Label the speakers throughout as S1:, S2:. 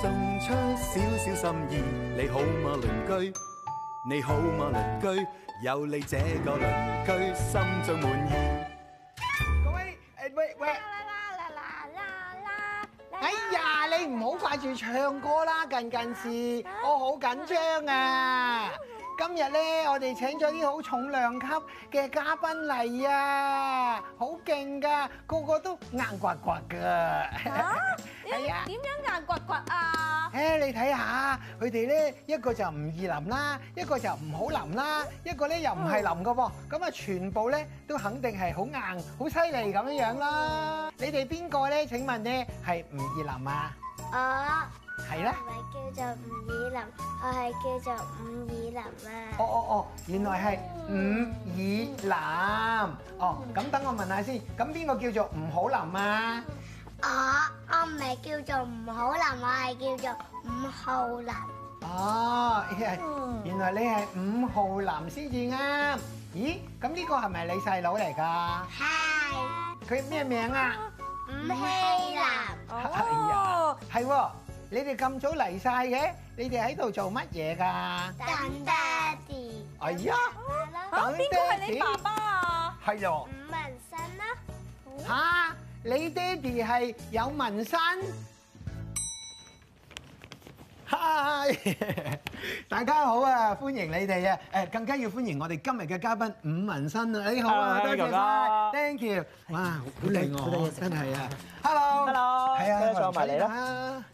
S1: 送出少少心意，你好嗎鄰居？你好嗎鄰居？有你這個鄰居，心中滿意。
S2: 各位誒喂喂！哎呀，你唔好掛住唱歌啦，近近事，我好緊張啊！今日咧，我哋請咗啲好重量級嘅嘉賓嚟啊，好勁噶，個個都硬刮刮噶。
S3: 係啊，點樣硬刮刮啊？
S2: 誒，你睇下佢哋咧，一個就唔易淋啦，一個就唔好淋啦，一個咧又唔係淋噶噃。咁啊，全部咧都肯定係好硬、好犀利咁樣樣啦。你哋邊個咧？請問咧係唔易淋啊？
S4: 我。
S2: 係啦，
S4: 唔係叫做吳以林，我係叫做伍以林啊。
S2: 哦哦哦，原來係伍以林。哦，咁等我問下先，咁邊個叫做吳好林啊？
S4: 我我唔係叫做吳好林，我係叫做伍浩林。
S2: 哦，原來你係伍浩林先至啱。咦，咁呢個係咪你細佬嚟㗎？
S4: 係
S2: 佢咩名啊？哎
S4: 伍希林。
S3: 哦，
S2: 係喎，你哋咁早嚟晒嘅，你哋喺度做乜嘢
S3: 啊
S2: 㗎？
S4: 等爹哋。
S2: 哎呀，
S4: 係啦。
S3: 嚇邊個係你爸爸啊？
S2: 係咯
S4: 伍，文新啦。
S2: 嚇你爹哋係有紋身。 嗨，大家好啊，歡迎你哋啊！誒，更加要歡迎我哋今日嘅嘉賓伍文新啊！你好啊，
S5: Hi，
S2: 多謝
S5: 哥哥
S2: 晒，thank you。哇，好靚
S5: 好多
S2: 我
S5: 嘢，食
S2: 真係啊！Hello，
S5: Hello，
S2: 係啊，
S5: 跟住我埋嚟啦
S2: 啦。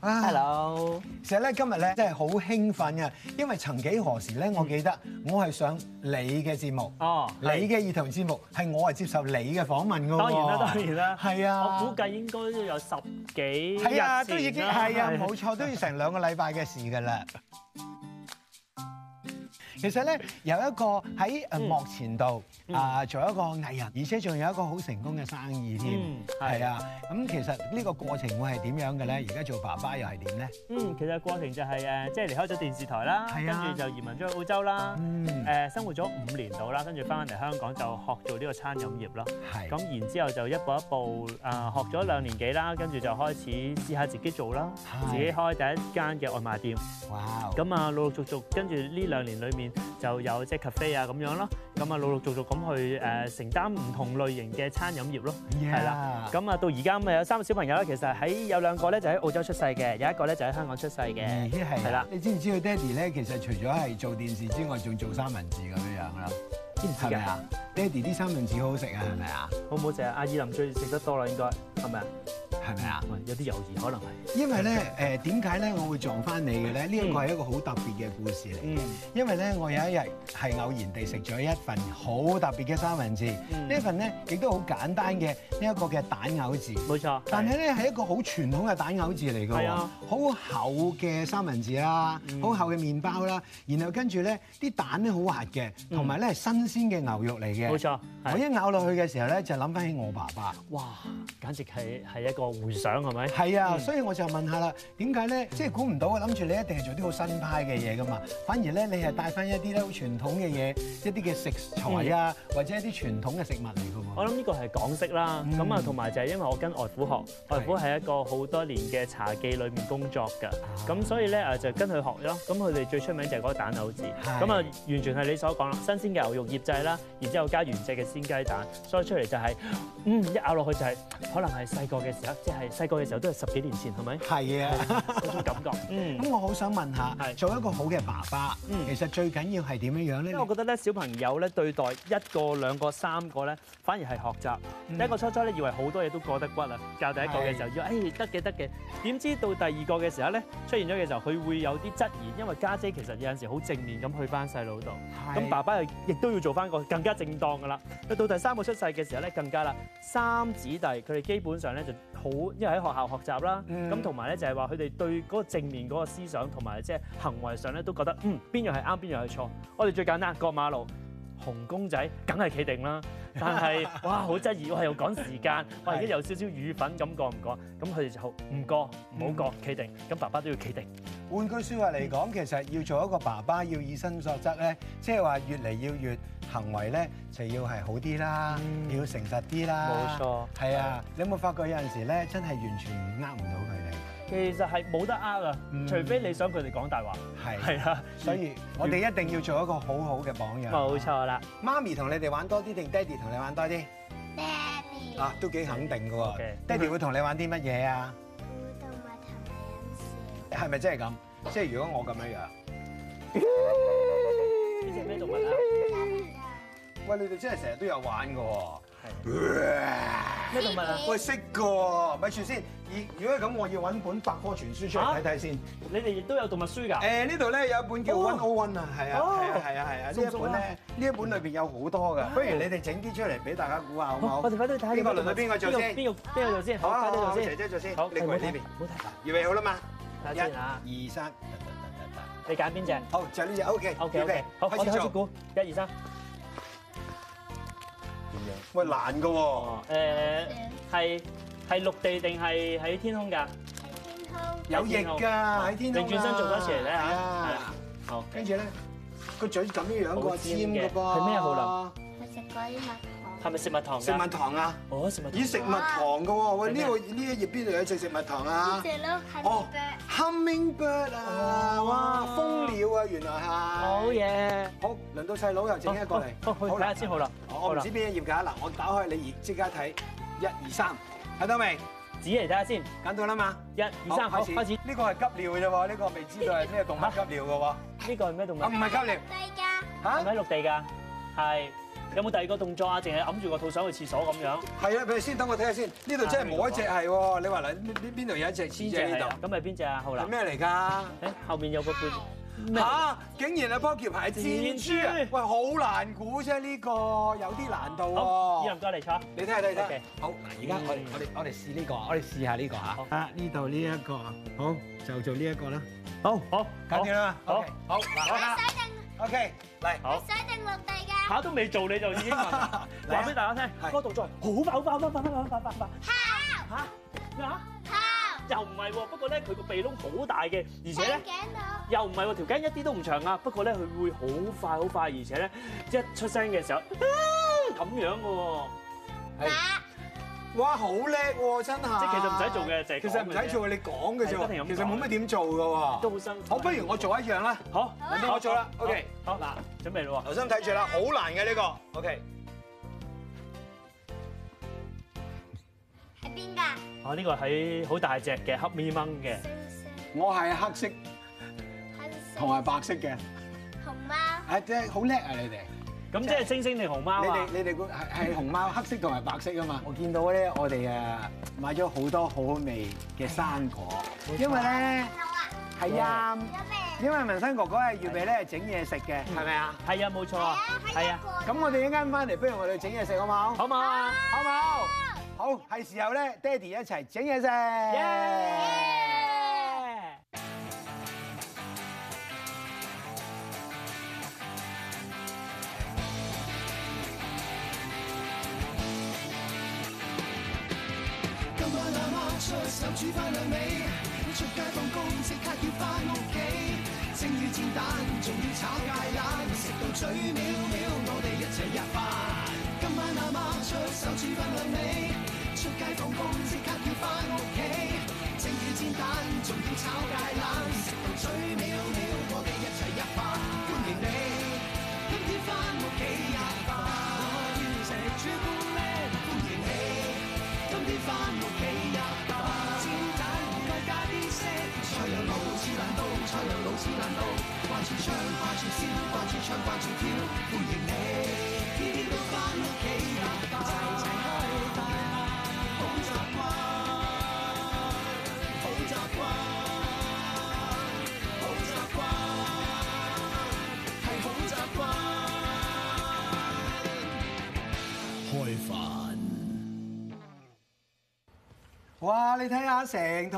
S2: 啊
S5: Hello，
S2: 其實咧今日咧真係好興奮啊！因為曾幾何時咧，我記得我係上你嘅節目，
S5: 哦
S2: 你嘅兒童節目係我係接受你嘅訪問㗎喎。
S5: 當然啦，當然啦，
S2: 係啊，
S5: 我估計應該都有十幾
S2: 係啊，都已經係啊，
S5: 好
S2: 冇錯，都要成兩個禮拜嘅事㗎啦。其實咧，有一個喺誒幕前度啊，做一個藝人，而且仲有一個好成功嘅生意添
S5: 嗯，係
S2: 係啊。咁其實呢個過程會係點樣嘅咧？而家做爸爸又係點咧？
S5: 嗯，其實過程就係、誒，即係離開咗電視台啦，
S2: 係
S5: 跟
S2: 啊
S5: 住就移民咗去澳洲啦，誒、
S2: 嗯，
S5: 生活咗五年度啦，跟住翻嚟香港就學做呢個餐飲業咯。
S2: 係。
S5: 咁然之後就一步一步誒、學咗兩年幾啦，跟住就開始試下自己做啦，
S2: 係
S5: 自己開第一間嘅外賣店。
S2: 哇！
S5: 咁啊，陸陸續續跟住呢兩年裏面就有即係 cafe 啊咁樣咯，咁啊陸陸續續咁去誒、承擔唔同類型嘅餐飲業咯。
S2: Yeah
S5: 係啦，咁啊到而家咁啊有三個小朋友啦，其實喺有兩個咧就喺澳洲出世嘅，有一個咧就喺香港出世嘅，
S2: 咦係啊
S5: 係啦，
S2: 你知唔知佢爹哋咧？其實除咗係做電視之外，仲做三文治咁樣樣啦，
S5: 知唔知
S2: 係咪
S5: 㗎？
S2: 啊？爹哋啲三文治好好食啊，係咪啊？
S5: 好唔好食啊？阿以林最食得多啦，應該係咪啊？
S2: 係咪啊？
S5: 喂，有啲猶豫可能係。
S2: 因為咧誒點解咧我會撞翻你嘅咧？呢一個係一個好特別嘅故事嚟。
S5: 嗯，
S2: 因為咧我有一日係偶然地食咗一份好特別嘅三文治，
S5: 嗯
S2: 呢份咧亦都好簡單嘅呢一個嘅蛋牛治。
S5: 冇錯。
S2: 但係咧係一個好傳統嘅蛋牛治嚟嘅
S5: 係
S2: 喎，
S5: 啊
S2: 好厚嘅三文治啦，
S5: 嗯
S2: 好厚嘅麵包啦，然後跟住咧啲蛋咧好滑嘅，
S5: 嗯
S2: 同埋咧係新鮮嘅牛肉嚟嘅。
S5: 冇錯係
S2: 我一咬落去嘅時候咧，就諗翻起我爸爸。
S5: 哇，簡直係係一個回想係咪？
S2: 係啊，
S5: 嗯
S2: 所以我就問下啦，點解咧？即係估唔到啊！諗住你一定係做啲好新派嘅嘢噶嘛，反而咧你係帶翻一啲咧好傳統嘅嘢，一啲嘅食材啊，
S5: 嗯
S2: 或者一啲傳統嘅食物嚟嘅喎。
S5: 我諗呢個係港式啦，
S2: 嗯
S5: 咁啊同埋就係因為我跟外父學，外父係一個好多年嘅茶記裏面工作㗎，
S2: 啊
S5: 咁所以咧誒就跟佢學咯。咁佢哋最出名就係嗰個蛋牛治，
S2: 係
S5: 咁啊完全係你所講啦，新鮮嘅牛肉醃製啦，然之後加原隻嘅鮮雞蛋，所以出嚟就係、嗯一咬落去就係、可能係細個嘅時候，即係細個嘅時候都係十幾年前係咪？
S2: 係啊。
S5: 嗰種感覺，嗯。
S2: 咁我好想問下，
S5: 係
S2: 做一個好嘅爸爸，
S5: 嗯
S2: 其實最緊要係點樣樣咧？
S5: 因為我覺得咧，小朋友咧對待一個、兩個、三個咧，反而而係學習。第一個初初咧，以為好多嘢都過得骨啦。教第一個嘅時候，以為哎誒得嘅得嘅，點知到第二個嘅時候咧，出現咗嘅時候，佢會有啲質疑，因為家姐其實有陣時好正面咁去翻細佬度，咁爸爸亦都要做翻個更加正當噶啦。到第三個出世嘅時候咧，更加啦，三姊弟佢哋基本上咧就好，因為喺學校學習啦，
S2: 嗯
S5: 咁同埋咧就係話佢哋對嗰個正面嗰個思想同埋即係行為上咧都覺得嗯邊樣係啱，邊樣係錯。我哋最簡單過馬路。紅公仔梗係企定啦，但 係哇好質疑，我係又趕時間，我而家有少少雨粉咁過唔過？咁佢哋就好唔過，唔好
S2: 嗯
S5: 過，企定。咁爸爸都要企定，
S2: 換句説話嚟講，其實要做一個爸爸，要以身作則咧，即係話越嚟要越行為咧，就要係好啲啦，
S5: 嗯
S2: 要誠實啲啦。
S5: 冇錯
S2: 係啊，你有冇發覺有陣時咧，真係完全呃唔到
S5: 其實係冇得呃啊，
S2: 嗯
S5: 除非你想佢哋講大話，
S2: 佢哋？係，
S5: 係啊，
S2: 所以我哋一定要做一個好好嘅榜樣。
S5: 冇。錯啦。
S2: 媽咪同你哋玩多啲定爹哋同你玩多啲？
S4: 爹哋
S2: 啊，都幾肯定嘅喎
S5: OK。
S2: 爹哋會同你玩啲乜嘢啊？
S4: 會同埋同埋飲笑，
S2: 係咪真係咁？即係如果我咁樣樣，
S5: 呢只咩動物啊？
S2: 喂，你哋真係成日都有玩嘅喎。
S5: 咩動物啊？
S2: 喂，識㗎喎，咪住先。而如果係咁，我要揾本百科全書出
S5: 啊
S2: 嚟睇睇先。
S5: 你哋亦都有動物書㗎？
S2: 誒呢度咧有一本叫《One O One》啊，係啊，
S5: 啊哦
S2: 係啊，係啊，係啊。呢
S5: 送唔
S2: 一
S5: 送啊
S2: 本咧，呢一本裏邊有好多㗎。不如你哋整啲出嚟俾大家估下好唔好？
S5: 我哋快啲睇下呢
S2: 邊個輪
S5: 動物
S2: 到邊個做先？
S5: 邊個邊個做先？
S2: 好
S5: 好，
S2: 啊，
S5: 快
S2: 好
S5: 啲
S2: 啊好啊
S5: 做
S2: 姐
S5: 先。
S2: 姐做先。
S5: 好，
S2: 你
S5: 你唔
S2: 過
S5: 好
S2: 嚟
S5: 睇，
S2: 呢
S5: 唔好
S2: 邊，預備好啦嘛？
S5: 睇，睇下先啊！
S2: 一、二、三，
S5: 你揀邊只
S2: 好，就係呢只。O K，
S5: ？OK
S2: 預
S5: OK，
S2: 備，
S5: 好，我哋開始
S2: 做。
S5: 估，一二三。
S2: 喂，難㗎喎，
S5: 哦誒係係陸地定係喺天空㗎？
S4: 喺天空。
S2: 有翼㗎，喺天空啊。
S5: 你轉身做得出嚟咧嚇
S2: 係啊，
S5: 好，
S2: 跟住咧，個嘴咁樣樣個
S5: 好尖
S2: 尖
S5: 嘅
S2: 㗎噃。
S5: 係咩好
S4: 我食過啲蜜糖。
S5: 係咪食物糖
S2: 食
S5: 㗎
S2: 物？糖啊！
S5: 哦，食物糖
S2: 咦，食物糖嘅喎，喂，
S5: 哦係咩
S2: 呢個呢一頁邊度有隻食物糖啊？
S4: 食咯，係
S2: 哦
S4: 咪
S2: ，hummingbird 啊，
S5: 哦
S2: 哇，蜂鳥啊，原來係。
S5: 好。嘢。
S2: 好，輪到細佬又整一個嚟。
S5: 好好好睇下先好啦。
S2: 我我唔知邊一頁㗎，嗱，我打開你而即刻睇，一二三，睇到未？
S5: 指嚟睇下先，
S2: 揀到啦嘛？
S5: 一二三，好開始。
S2: 呢個係急尿嘅啫喎，呢個未知道係咩動物急尿嘅喎。啊
S5: 呢個係咩動物？
S2: 啊，唔係
S5: 係
S2: 急尿
S4: 低㗎，
S5: 咪
S2: 嚇，
S5: 喺陸地㗎？係。有冇第二個動作啊？淨係揞住個肚想去廁所咁樣？
S2: 係啊，俾你先等我睇下先，呢度真係冇一隻係喎。你話嗱，呢呢邊度有一隻黐
S5: 邊只
S2: 住呢
S5: 係啊
S2: 度，？
S5: 咁係邊只啊？浩
S2: 係
S5: 南。
S2: 咩嚟㗎？
S5: 誒，後面有個背。咩
S2: 嚇！竟然啊，波橋牌箭豬啊
S5: 箭豬！
S2: 喂，好難估啫，呢個有啲難度
S5: 好，以林
S2: 喎。
S5: 哥嚟坐。啊
S2: 你睇下，睇下
S5: OK。
S2: 好，嗱，而家我哋
S5: 嗯
S2: 我哋我哋試呢個，我哋試下呢個
S5: 好
S2: 嚇。啊，呢度呢一個，好就做呢一個啦。
S5: 好，好，
S2: 搞掂啦嘛。OK，
S5: 好
S2: 好，嗱，
S4: 你
S2: 好啦
S4: 水定
S2: ，OK，嚟。
S5: 好
S4: 你。水定落地㗎。
S5: 考都未做你就已經問，話
S2: 嚟啊
S5: 俾大家聽，
S2: 係
S5: 嗰個動作好快好快好快好快好快好快好快嚇咩啊？又唔係喎，不過咧佢個鼻窿好大嘅，而且咧
S4: 頸度，
S5: 又唔係喎，條頸一啲都唔長啊。不過咧佢會好快好快，而且咧一出聲嘅時候啊咁樣嘅喎，
S4: 馬
S2: 哇，好叻喎，真係。
S5: 即係其實唔使做嘅就係
S2: 其實唔使做嘅，你講嘅啫
S5: 係不停咁
S2: 喎。其實
S5: 講
S2: 冇乜點做嘅喎。
S5: 都好辛苦。
S2: 好，不如我做一樣啦。
S5: 好，
S4: 好啊
S2: 我做啦，OK
S5: 好嗱，準備啦喎，
S2: 留心睇住啦，好難嘅呢個。OK。
S4: 喺邊㗎？
S5: 我呢個係好大隻嘅黑咪掹嘅，
S2: 我係黑色
S4: 喺度食
S2: 同埋白色嘅。
S4: 熊貓。
S2: 啊，真係好叻啊！你哋，
S5: 咁即係猩猩定熊貓
S2: 你
S5: 啊
S2: 哋？你哋個係係熊貓黑色同埋白色啊嘛。我見到咧，我哋啊買咗好多好好味嘅生果，因為咧係啊，因為文生哥哥係預備咧整嘢食嘅，係咪啊？
S5: 係啊，冇錯啊，係啊，
S2: 咁我哋一間翻嚟，不如我哋整嘢食好冇？
S5: 好嘛？
S2: 好冇？好，係時候咧，爹哋一齊整嘢食。
S5: 耶！
S6: 今晚阿媽出手煮翻兩味，出街放工即刻要翻屋企，蒸魚煎蛋仲要炒芥蘭，食到嘴藐藐，我哋一齊入飯。今晚阿媽出手煮翻兩味，出街放工即刻要翻屋企，蒸魚煎蛋仲要炒芥蘭，食到嘴藐藐，我哋一齊入飯。歡迎你，今天翻屋企入飯。我要食朱古力，歡迎你。今天翻屋企入飯，煎蛋唔該加啲色，菜有老似爛到，菜有老似爛到，掛住唱掛住笑，掛住唱掛住跳，歡迎你，天天都快翻屋企啦，齊齊開飯啦，好習慣，好習慣，好習慣，係好習慣，開飯。
S2: 哇！你睇下成台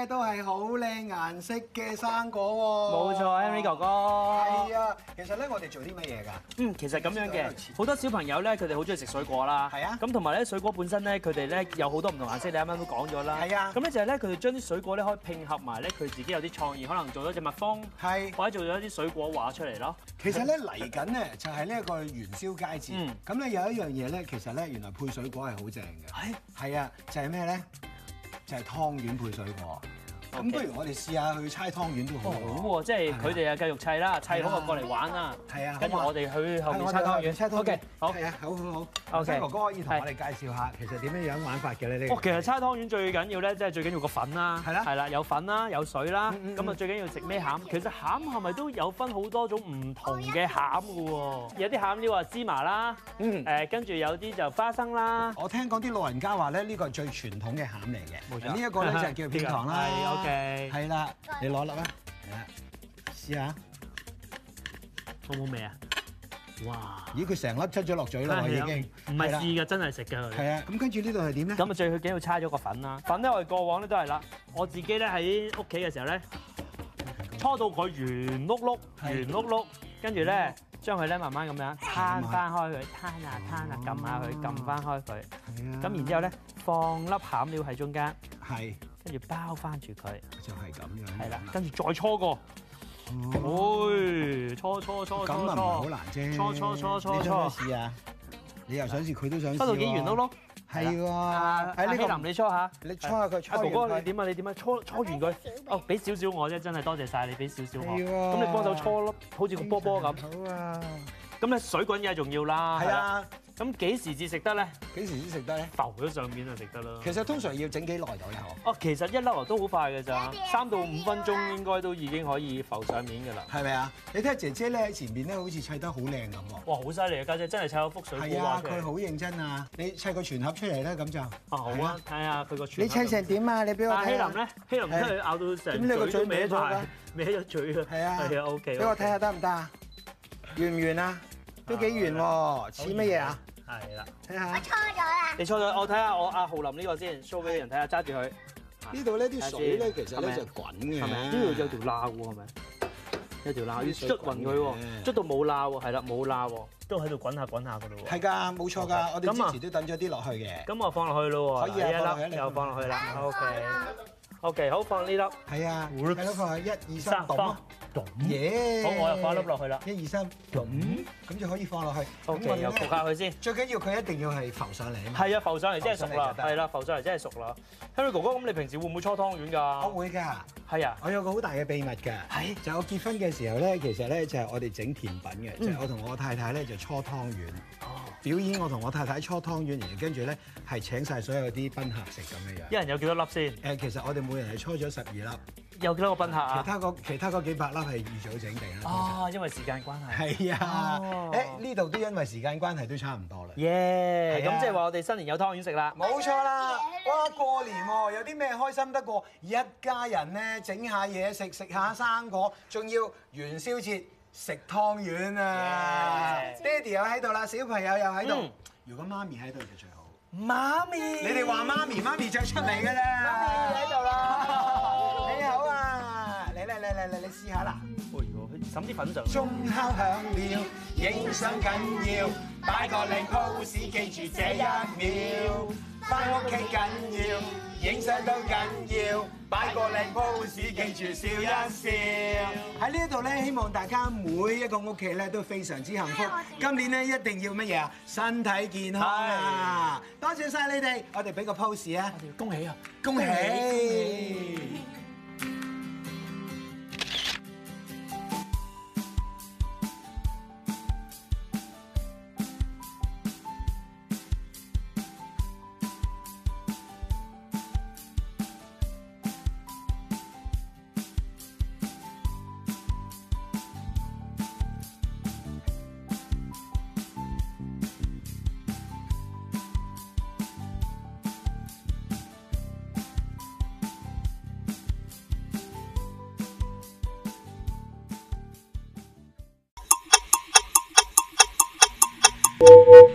S2: 咧都係好靚顏色嘅生果喎。
S5: 冇錯，Henry 哥哥。
S2: 係啊，其實咧我哋做啲乜嘢㗎？
S5: 嗯，其實咁樣嘅，好多小朋友咧，佢哋好中意食水果啦。
S2: 係啊
S5: 咁同埋咧，水果本身咧，佢哋咧有好多唔同顏色，你啱啱都講咗啦。
S2: 係啊
S5: 咁咧就係咧，佢哋將啲水果咧可以拼合埋咧，佢自己有啲創意，可能做咗只蜜蜂，
S2: 係。
S5: 或者做咗一啲水果畫出嚟咯。
S2: 其實咧嚟緊咧就係呢一個元宵佳節
S5: 嗯，
S2: 咁咧、有一樣嘢咧，其實咧原來配水果係好正嘅，
S5: 係
S2: 係啊，就係咩咧？就係、湯圓配水果。咁
S5: OK
S2: 不如我哋試下去猜湯圓都好
S5: 哦，
S2: 喎。
S5: 好喎，即係佢哋啊繼續砌啦，砌好就過嚟玩啦。
S2: 係啊好啊
S5: 跟住我哋去後面
S2: 係啊
S5: 猜湯
S2: 我哋去
S5: 圓。
S2: 猜湯圓
S5: OK，好。
S2: 係啊，好好好。
S5: OK
S2: 生哥哥可以同我哋介紹下，其實點樣樣玩法嘅咧？呢個
S5: 哦，其實猜湯圓最緊要咧，即係最緊要個粉啦，
S2: 係啦
S5: 係啦，有粉啦，有水啦
S2: 嗯嗯，
S5: 咁啊最緊要食咩餡？其實餡係咪都有分好多種唔同嘅餡嘅喎？有啲餡料啊芝麻啦，
S2: 哦嗯，
S5: 誒跟住有啲就花生啦，
S2: 我聽講啲老人家話咧，呢個係最傳統嘅餡嚟
S5: 冇
S2: 嘅。
S5: 錯
S2: 呢一個咧就 係叫片糖啦。
S5: 係 OK，
S2: 係啦，你攞粒啊，係啦，試下。
S5: 好冇味啊？哇！
S2: 咦，佢成粒出咗落嘴啦，啊已經。
S5: 唔係試嘅，真係食㗎佢。
S2: 係啊，咁跟住呢度係點咧？
S5: 咁啊，最緊要猜咗個粉啦。粉咧，我哋過往咧都係啦。我自己咧喺屋企嘅時候咧，搓到佢圓碌碌、
S2: 係
S5: 圓碌碌，跟住咧將佢咧慢慢咁樣攤翻開佢，攤啊攤啊，撳下佢，撳翻開佢。
S2: 係啊
S5: 咁然之後咧，放粒餡料喺中間，
S2: 係
S5: 跟住包翻住佢，
S2: 就係咁樣。哦
S5: 係啦，跟住再搓過，哎，搓搓搓搓
S2: 咁啊唔係好
S5: 搓，
S2: 難啫。
S5: 搓搓搓搓
S2: 你想唔想試啊？你又想試，佢都想試。
S5: 搓到幾圓碌。碌。
S2: 係
S5: 啊
S2: 喎，，
S5: 喺
S2: 喺
S5: 呢個
S2: 呢
S5: 林，你搓下。
S2: 個你搓下佢，
S5: 阿
S2: 搓
S5: 哥
S2: 完
S5: 哥，你
S2: 佢。
S5: 點啊？你點啊？搓搓完佢，哦，俾少少我啫，真係多謝晒你俾少少我。
S2: 係喎
S5: 咁你幫手搓粒，好似個波波咁。
S2: 好啊，
S5: 咁咧水滾嘢仲要啦。
S2: 係。啊，
S5: 咁幾時至食得咧？
S2: 幾時先食得咧？
S5: 浮咗上面就食得啦
S2: 其。實通常要整幾耐到咧？
S5: 哦，其實一粒牛都好快嘅咋，三到五分鐘應該都已經可以浮上面㗎啦。
S2: 係咪啊？你睇下姐姐咧喺前面咧，好似砌得好靚咁喎。
S5: 哇，好犀利啊！家姐真係砌咗幅水
S2: 係
S5: 果
S2: 啊
S5: 畫，出
S2: 佢
S5: 嚟。
S2: 好認真啊！你砌個全盒出嚟啦，咁就
S5: 啊好
S2: 係
S5: 啊，睇下佢個全
S2: 你
S5: 盒
S2: 砌
S5: 有冇
S2: 成點啊？你俾我
S5: 但希
S2: 睇下
S5: 林，咧，希林真係咬到
S2: 點你個嘴
S5: 成嘴
S2: 歪
S5: 歪
S2: 咗㗎
S5: 埋， 歪咗嘴啊。
S2: 係啊
S5: 係啊，OK。Ờ,
S2: 俾我睇下得唔得啊？圓唔圓啊？都幾圓
S5: à?
S2: 喎，似乜嘢啊？
S5: 係啦。
S2: 睇下
S4: 錯咗啦，
S5: 你錯咗，我睇下我阿浩林呢個先，show 俾人睇下，揸住佢，
S2: 呢度呢
S5: À,
S2: 啲水咧，
S5: 睇下先
S2: 其實咧
S5: 係咪
S2: 就滾嘅。
S5: 係咪？呢度有條罅喎，係咪？有條罅，要
S2: 啲水滾
S5: 捽勻佢
S2: 嘅
S5: 喎，捽到冇罅喎，係啦，冇罅喎，都喺度滾下滾下噶咯
S2: 係。㗎，冇錯㗎，我
S5: 咁啊
S2: 哋之前都等咗啲落去嘅。
S5: 咁我放落去咯
S2: 可
S5: 喎，
S2: 以啊
S5: 嗱呢一
S2: 放落去
S5: 粒
S2: 啊
S5: 又
S2: 你放
S5: 放落去啦，OK，OK，好放呢粒
S2: 係啊，
S5: Whoops
S2: 睇到佢係一二三，
S5: 三
S2: 動
S5: 方
S2: 啊！，
S5: 咚，
S2: 耶！
S5: 好，我又放一粒落去啦
S2: 一二三，咁咁就可以放落去。咁我
S5: Ừ. ，OK，
S2: 哋
S5: 又
S2: 咧
S5: 焗下佢先。
S2: 最緊要佢一定要係浮上嚟啊嘛。
S5: 係啊，浮上嚟真係
S2: 浮
S5: 熟啦
S2: 上嚟，就得
S5: 係啦，浮上嚟真係熟啦。Henry 哥哥，咁你平時會唔會搓湯圓
S2: 我
S5: 㗎？
S2: 會㗎。
S5: 係啊，
S2: 我有個好大嘅秘密㗎，
S5: 係
S2: 就係我結婚嘅時候咧，其實咧就係我哋整甜品嘅，
S5: 嗯
S2: 就係我同我太太咧就搓湯圓，
S5: 哦
S2: 表演我同我太太搓湯圓，然後跟住咧係請晒所有啲賓客食咁樣
S5: 一
S2: 樣。
S5: 人有幾多粒先？
S2: 誒，其實我哋每人係搓咗十二粒，
S5: 有幾多個賓客
S2: 其
S5: 啊？
S2: 他嗰其他嗰幾百粒係預早整定啦。
S5: 啊，因為時間關係。
S2: 係啊，
S5: 哦
S2: 誒呢度都因為時間關係都差唔多啦。
S5: 耶！
S2: 係啊
S5: 咁即係話我哋新年有湯圓食啦。
S2: 冇錯啦！哇，過年喎，有啲咩開心得過一家人咧整下嘢食，食下生果，仲要元宵節食湯圓啊！爹哋又喺度啦，小朋友又喺度
S5: 嗯。
S2: 如果媽咪喺度就最好。
S5: 媽咪，
S2: 你哋話媽咪，媽咪就出嚟㗎啦！喺度啦！ 你好啊！嚟嚟嚟嚟嚟，你試下啦！
S5: 哎呦，佢滲啲粉上去。
S2: 鐘敲響了，影相緊要，擺個靚 pose，記住這一秒。翻屋企緊要，影相都緊要，擺個靚 pose，記住笑一笑。喺呢一度咧，希望大家每一個屋企咧都非常之幸福。今年咧一定要乜嘢啊？身體健康啊！多謝晒你哋，我哋俾個 pose 啊！
S5: 恭喜啊！
S2: 恭喜！
S5: Hãy subscribe cho kênh Ghiền Mì Gõ Để không bỏ lỡ